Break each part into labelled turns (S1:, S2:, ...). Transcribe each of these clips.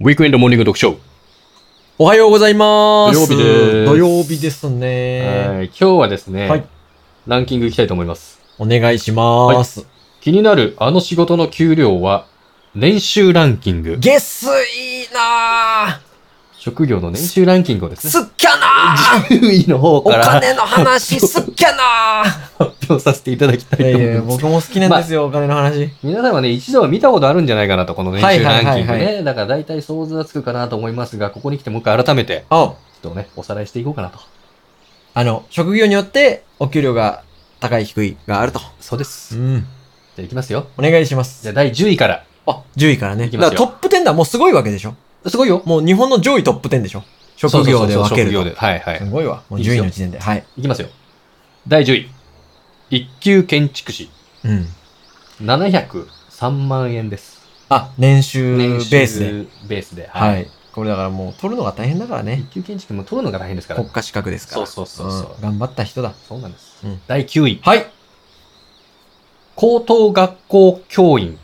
S1: ウィークエンドモーニング読書。
S2: おはようございま
S1: 土曜
S2: す。
S1: 日です
S2: 土曜日です
S1: はい
S2: ね。
S1: 今日はですね、
S2: はい
S1: ランキングいきたいと思います。
S2: お願いします。
S1: 気になるあの仕事の給料は、年収ランキング。
S2: ゲスいいな
S1: 職業の年収ランキングをで
S2: ぁ
S1: す
S2: す
S1: ね、
S2: っきゃなぁ
S1: 10位の方
S2: お
S1: から発
S2: 金の話すっきゃなぁ
S1: 表させていただきた
S2: いや
S1: いと思います。
S2: いや、僕も好きなんですよ、お金の話。
S1: 皆さんはね、一度は見たことあるんじゃないかなと、この年収ランキング
S2: はいはいはい
S1: ね。だから大体想像がつくかなと思いますが、ここに来てもう一回改めて、
S2: あ、
S1: ちょっとね、おさらいしていこうかなと。
S2: あの、職業によってお給料が高い低いがあると。
S1: そうです。
S2: う
S1: じ
S2: ん。
S1: ゃあいきますよ。
S2: お願いします。
S1: じゃあ第10位から。
S2: あ、10位からね。
S1: いき
S2: だ
S1: ます
S2: か
S1: よ
S2: らトップ10だ、もうすごいわけでしょ。
S1: すごいよ。
S2: もう日本の上位トップ10でしょ。職業で分け
S1: そう
S2: る
S1: そうそう職業
S2: と。
S1: で。はいはい
S2: す。ごいわ。もう10位の時点で。はい。
S1: いきますよ。第10位。一級建築士。
S2: うん。
S1: 703万円です。
S2: あ、年収ベ
S1: 年収
S2: ースで。。
S1: ベースで。。
S2: はいい。これだからもう取るのが大変だからね
S1: 一。級建築も取るのが大変ですから
S2: 国。家資格ですから。
S1: そうそうそうそう
S2: 頑張った人だ。
S1: そうなんです
S2: うん。
S1: 第9位。
S2: はい。
S1: 高等学校教員。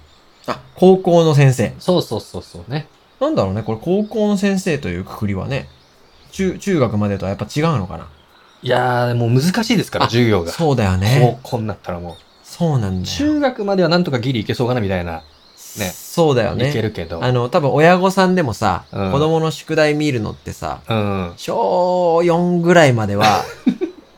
S2: あ、高校の先生。
S1: そうそうそうそうね。
S2: なんだろうね、これ高校の先生というくくりはね、中、中学までとはやっぱ違うのかない
S1: やー、もう難しいですから、
S2: あ
S1: 授業が。
S2: そうだよね。
S1: 高校になったらも
S2: そうなん
S1: う。
S2: だよ。
S1: 中学まではなんとかギリいけそうかなみたいな。ね
S2: そうだよ
S1: いけ
S2: ね。
S1: るけど。
S2: あの、多分親御さんでもさ、
S1: うん
S2: 子供の宿題見るのってさ、
S1: うん。
S2: 小4ぐらいま では、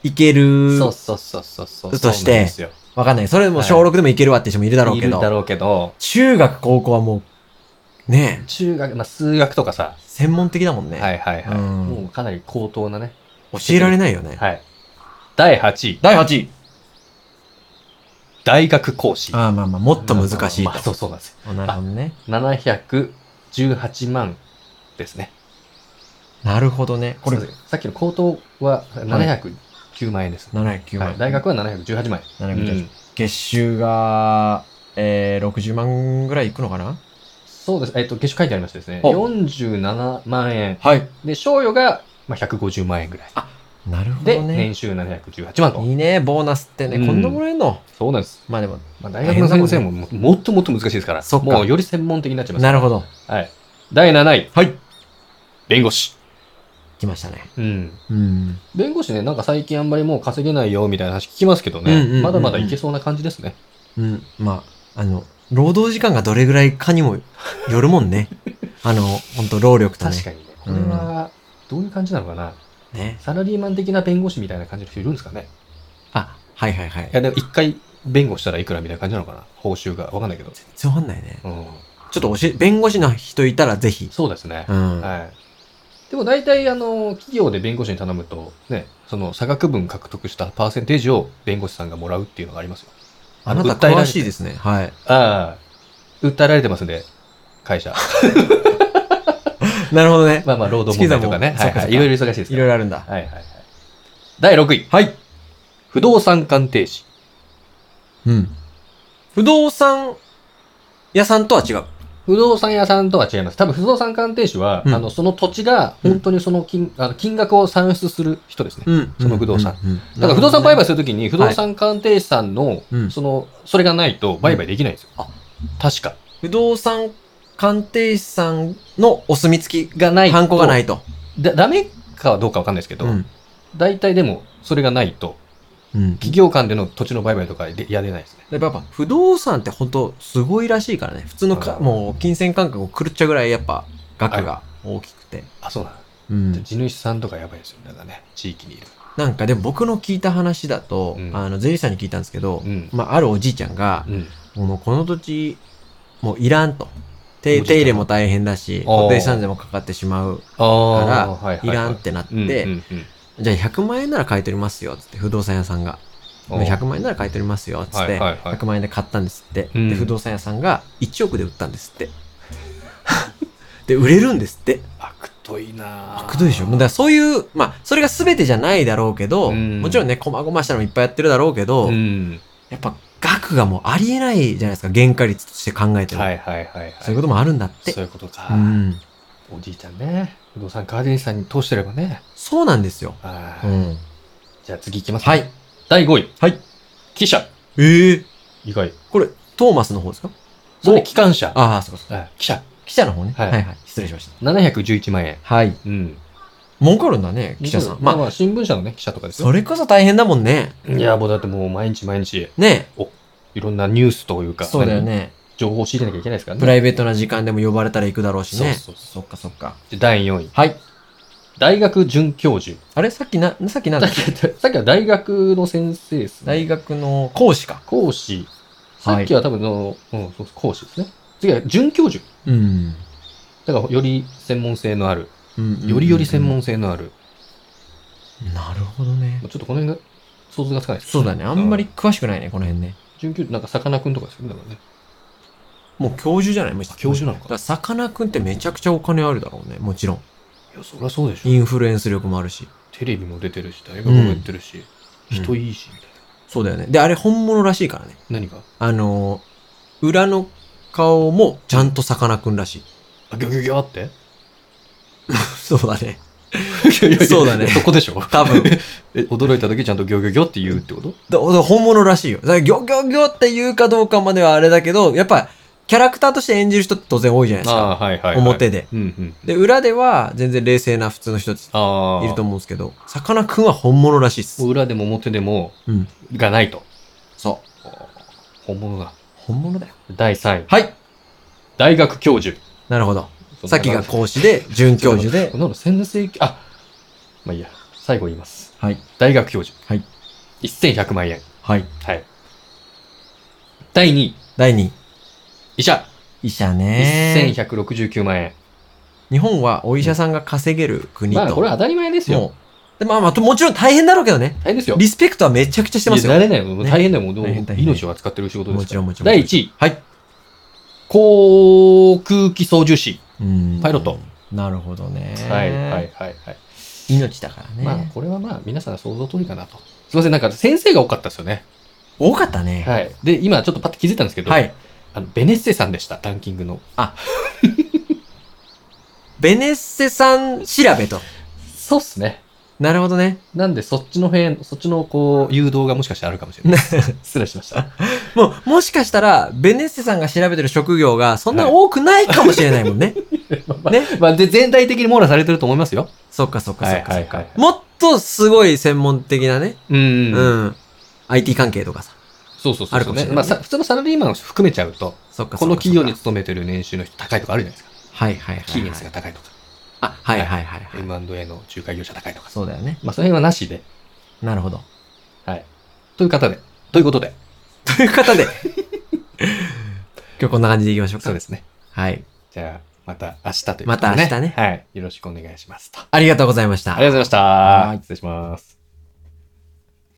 S2: いける
S1: そう、そうそうそうそう。
S2: とし
S1: そ
S2: て
S1: うなんですよ
S2: わかんない。それでも小6でもいけるわって人もいるだろう
S1: い
S2: け
S1: る
S2: ど、
S1: だろうけど、
S2: 中学高校はもう、ねえ、
S1: 中学、まあ、数学とかさ、
S2: 専門的だもんね。
S1: はいはいはい。
S2: うん
S1: もうかなり高等なね。
S2: 教えられないよね。
S1: はい。第8位、
S2: 第8位。
S1: 大学講師。
S2: ああ、まあまあ、もっと難しい
S1: まあ、そう
S2: と。
S1: そうなんですよ。
S2: なるほどね。
S1: 718万ですね。
S2: なるほどね。これ
S1: すい、ませんさっきの高等は709万円です。
S2: 709
S1: はい
S2: 万。
S1: 大学は718万円。
S2: 718
S1: うん
S2: 月収が、えー、60万ぐらいいくのかな
S1: そうです。えっと、月収書いてありましてですね、
S2: お
S1: 47万円。
S2: はい。
S1: で、賞与が、まあ、150万円ぐらい。
S2: なるほ
S1: で、
S2: どね
S1: 年。収718万と
S2: い。いね、ボーナスってね、
S1: うん
S2: こんなもらえんの。
S1: そうなんです。
S2: まあでも、
S1: まあ、大学の先生もももっともっと難しいですから、
S2: そっか
S1: もうより専門的になっちゃいます。
S2: なるほど。
S1: はい。第7位、
S2: はい。
S1: 弁護士。
S2: 来ましたね。
S1: うん。
S2: うん。
S1: 弁護士ね、なんか最近あんまりもう稼げないよみたいな話聞きますけどね、
S2: うんうんうんうん
S1: まだまだいけそうな感じですね。
S2: うん。まあ、あの、労働時間がどれぐらいかにもよるも んね。あの、ほんと労力とね
S1: 確。かにね。これは、どういう感じなのかな、
S2: ね。
S1: サラリーマン的な弁護士みたいな感じの人いるんですかね
S2: あ、はいはいはい
S1: い。や、でも一回弁護したらいくらみたいな感じなのかな報酬が。わかんないけど。
S2: つまんないね。
S1: うん。
S2: ちょっと教え、弁護士の人いたらぜひ。
S1: そうですね。
S2: うん。
S1: はい。でも大体、あの、企業で弁護士に頼むと、ね、その差額分獲得したパーセンテージを弁護士さんがもらうっていうのがありますよ。
S2: あなた
S1: 訴えら
S2: 詳
S1: れ
S2: していですね。はい。
S1: ああ、訴えられてますんで、会社。
S2: なるほどね。
S1: まあまあ、労働問題とかね。
S2: チキ
S1: はい
S2: ンさんもそっか
S1: はい。
S2: そっか
S1: いろいろ忙しいですか
S2: い
S1: ら
S2: ろいろあるんだ。
S1: はいはいはい。第6位。
S2: はい。
S1: 不動産鑑定士。
S2: うん。不動産屋さんとは違う。
S1: 不動産屋さんとは違います。多分不動産鑑定士は、
S2: うん
S1: あの、その土地が本当にその金、あの金額を算出する人ですね。
S2: うん
S1: その不動産。
S2: うんうん
S1: だから不動産売買
S2: なる
S1: するときに、不動産鑑定士さんの、
S2: ほどねうん
S1: その、それがないと売買できないんですよ。あ、確か。
S2: 不動産鑑定士さんのお墨付き
S1: がない
S2: が、
S1: と。
S2: ハンコがないと。
S1: だ。ダメかどうかわかんないですけど、
S2: うん。
S1: 大体でも、それがないと、
S2: うん。
S1: 企業間での土地の売買とかでやれないですね。
S2: やっぱ不動産って本当すごいらしいからね。普通のか、
S1: うん
S2: もう金銭感覚を狂っちゃうぐらいやっぱ額が大きくて。
S1: あ、そうなの、
S2: うん。
S1: 地主さんとかやばいですよ。だからね、地域にいる。
S2: なんかでも僕の聞いた話だと、
S1: うん
S2: あの、税理士さんに聞いたんですけど、
S1: うん。
S2: まあ、あるおじいちゃんが、
S1: うん。
S2: もうこの土地、もういらんと。手
S1: おじいちゃん
S2: 手入れも大変だし、
S1: あー
S2: 固定資産税もかかってしまう
S1: あ
S2: か
S1: あ
S2: ら、
S1: はいはい
S2: らんってなって、
S1: うんうんうん
S2: じゃあ100万円なら買い取りますよ、つって、不動産屋さんが。
S1: おー
S2: 100万円なら買い取りますよ、つって、
S1: はいはいはい
S2: 100万円で買ったんですって、
S1: うん
S2: で、不動産屋さんが1億で売ったんですって。 で、売れるんですって。
S1: 悪といな
S2: くどいでしょもうだからそういう、まあ、それが全てじゃないだろうけど、
S1: うん
S2: もちろんね、細々したのもいっぱいやってるだろうけど、
S1: うん
S2: やっぱ額がもうありえないじゃないですか、原価率として考えても。
S1: はいはいはいはい
S2: そういうこともあるんだって。
S1: そういうことか、
S2: うん。
S1: おじいちゃんね不動産ガーデンさんに通してればね
S2: そうなんですよ。
S1: あー
S2: ん。
S1: じゃあ次いきます、
S2: はい。
S1: 第5位
S2: はい
S1: 記者
S2: ええ
S1: 意外
S2: これ、トーマスの方ですか
S1: それ機関車
S2: ああ、そうかそ
S1: あ記者
S2: う記者の方ね。
S1: は
S2: はいいはい。失礼しました。
S1: 711万円。
S2: はい。
S1: うん。
S2: 儲かるんだね、記者さん。まあ、
S1: あ、新聞社のね、記者とかですよ
S2: そ。れこそ大変だもんね。
S1: いや、もうだってもう毎日毎日、
S2: ね。
S1: いろんなニュースというか、
S2: そうだよね。
S1: 何情報を仕入れなきゃいけないですからね。
S2: プライベートな時間でも呼ばれたら行くだろうしね。
S1: そうそうそう
S2: っかそっか。
S1: で第4位。
S2: はい。
S1: 大学准教授。
S2: あれさっきな、さっきなん
S1: さ
S2: だ
S1: っきさっきは大学の先生ですね。
S2: 大学の講師か。
S1: 講師。さ
S2: はい
S1: っきは多分の、うん、そう講師ですね。次は准教授。
S2: うん。
S1: だから、より専門性のある。
S2: うん
S1: よりより専。門性のある。
S2: なるほどね
S1: ちょ。っとこの辺が想像がつかないです。
S2: そうだね。あんまり詳しくないね、この辺ね。
S1: 准教授、なんか、さかなクンとかですよね。だからね。
S2: もう教授じゃないもう
S1: あ教授なの
S2: だ
S1: か
S2: から、さかなクンってめちゃくちゃお金あるだろうね。もちろん。
S1: いや、そりゃそうでしょ。
S2: インフルエンス力もあるし。
S1: テレビも出てるし、大学もやってるし、
S2: うん
S1: 人いいし、みたい
S2: そうだよね。で、あれ本物らしいからね。
S1: な。何か
S2: あのー裏の顔もちゃんとさかなクンらしい。
S1: あ、ギョギョギョって
S2: そうだね。
S1: いやいやいや
S2: そうだね
S1: そこでしょ
S2: 多 分。だ
S1: え、驚いた時ちゃんとギョギョギョって言うってこと
S2: だ本物らしいよ。だからギョギョギョって言うかどうかまではあれだけど、やっぱ、キャラクターとして演じる人って当然多いじゃないですか。
S1: ああー、はいはい、はい。
S2: 表で。
S1: うんうん。
S2: で、裏では全然冷静な普通の人たち
S1: ああ。
S2: いると思うんですけど、さかなクンは本物らしいっす。
S1: 裏でも表でも、
S2: うん。
S1: がないと。
S2: そう。
S1: 本物だ。
S2: 本物だよ。
S1: 第3位。
S2: はい。
S1: 大学教授。
S2: なるほど。さっきが
S1: こ
S2: 講師で、准教授で
S1: う。、なの先生、あ、まあいいや。最後言います。
S2: はい。
S1: 大学教授。
S2: はい。
S1: 1100万円。
S2: はい。
S1: はい。第2位。
S2: 第2位。
S1: 医者。
S2: 医者ね。
S1: 1169万円。
S2: 日本はお医者さんが稼げる国と。
S1: まあこれは当たり前ですよ。
S2: もうでまあまあ、ともちろん大変だろうけどね。
S1: 大変ですよ。
S2: リスペクトはめちゃくちゃしてます
S1: いや
S2: よ。
S1: 慣れないもん。
S2: ね
S1: 大変だよ。もう、
S2: 大変大変
S1: 命を扱ってる仕事ですから。
S2: もちろんもちろん
S1: 第1位。
S2: はい。
S1: 航空機操縦士。
S2: うん
S1: パイロット。
S2: なるほどね。
S1: はい、はい、。はい、はい。
S2: 命だからね。
S1: まあ、これはまあ、皆さん想像通りかなと。すいません、なんか先生が多かったですよね。
S2: 多かったね。
S1: はい。で、今ちょっとパッと気づいたんですけど、
S2: はい。
S1: あのベネッセさんでした、ランキングの。
S2: ベネッセさん調べと。
S1: そうっすね。
S2: なるほどね。
S1: なんで、そっちの辺、そっちのこう、誘導がもしかしたらあるかもしれない。 失礼しま した。
S2: もう、もしかしたら、ベネッセさんが調べてる職業がそんな多くないかもしれないも んね。ね。
S1: まあ、で、全体的に網羅されてると思いますよ。
S2: そっかそっかそっか。
S1: はいはいはい
S2: もっとすごい専門的なね。
S1: うん
S2: う。
S1: うんん。
S2: IT 関係とかさ。
S1: そうそうそうそう、
S2: あるかもしれないね
S1: まあ、さ普通のサラリーマンを含めちゃうと、
S2: そっかそっかそっか。
S1: この企業に勤めてる年収の人高いとかあるじゃないですか。
S2: はいはいはい。
S1: 企業率が高いとか、
S2: あ、はいはいはいはい。
S1: M&A の仲介業者高いとか。
S2: そうだよね。
S1: まあ、その辺はなしで。
S2: なるほど。
S1: はい。という方で。ということで。
S2: とい うことで、今日こんな感じでいきましょうか。
S1: そうですね。
S2: はい。
S1: じゃあ、また明日ということで、
S2: また明日ね
S1: はい。よろしくお願いしますと。
S2: ありがとうございました。
S1: ありがとうございまし
S2: は
S1: た
S2: い。
S1: 失礼します。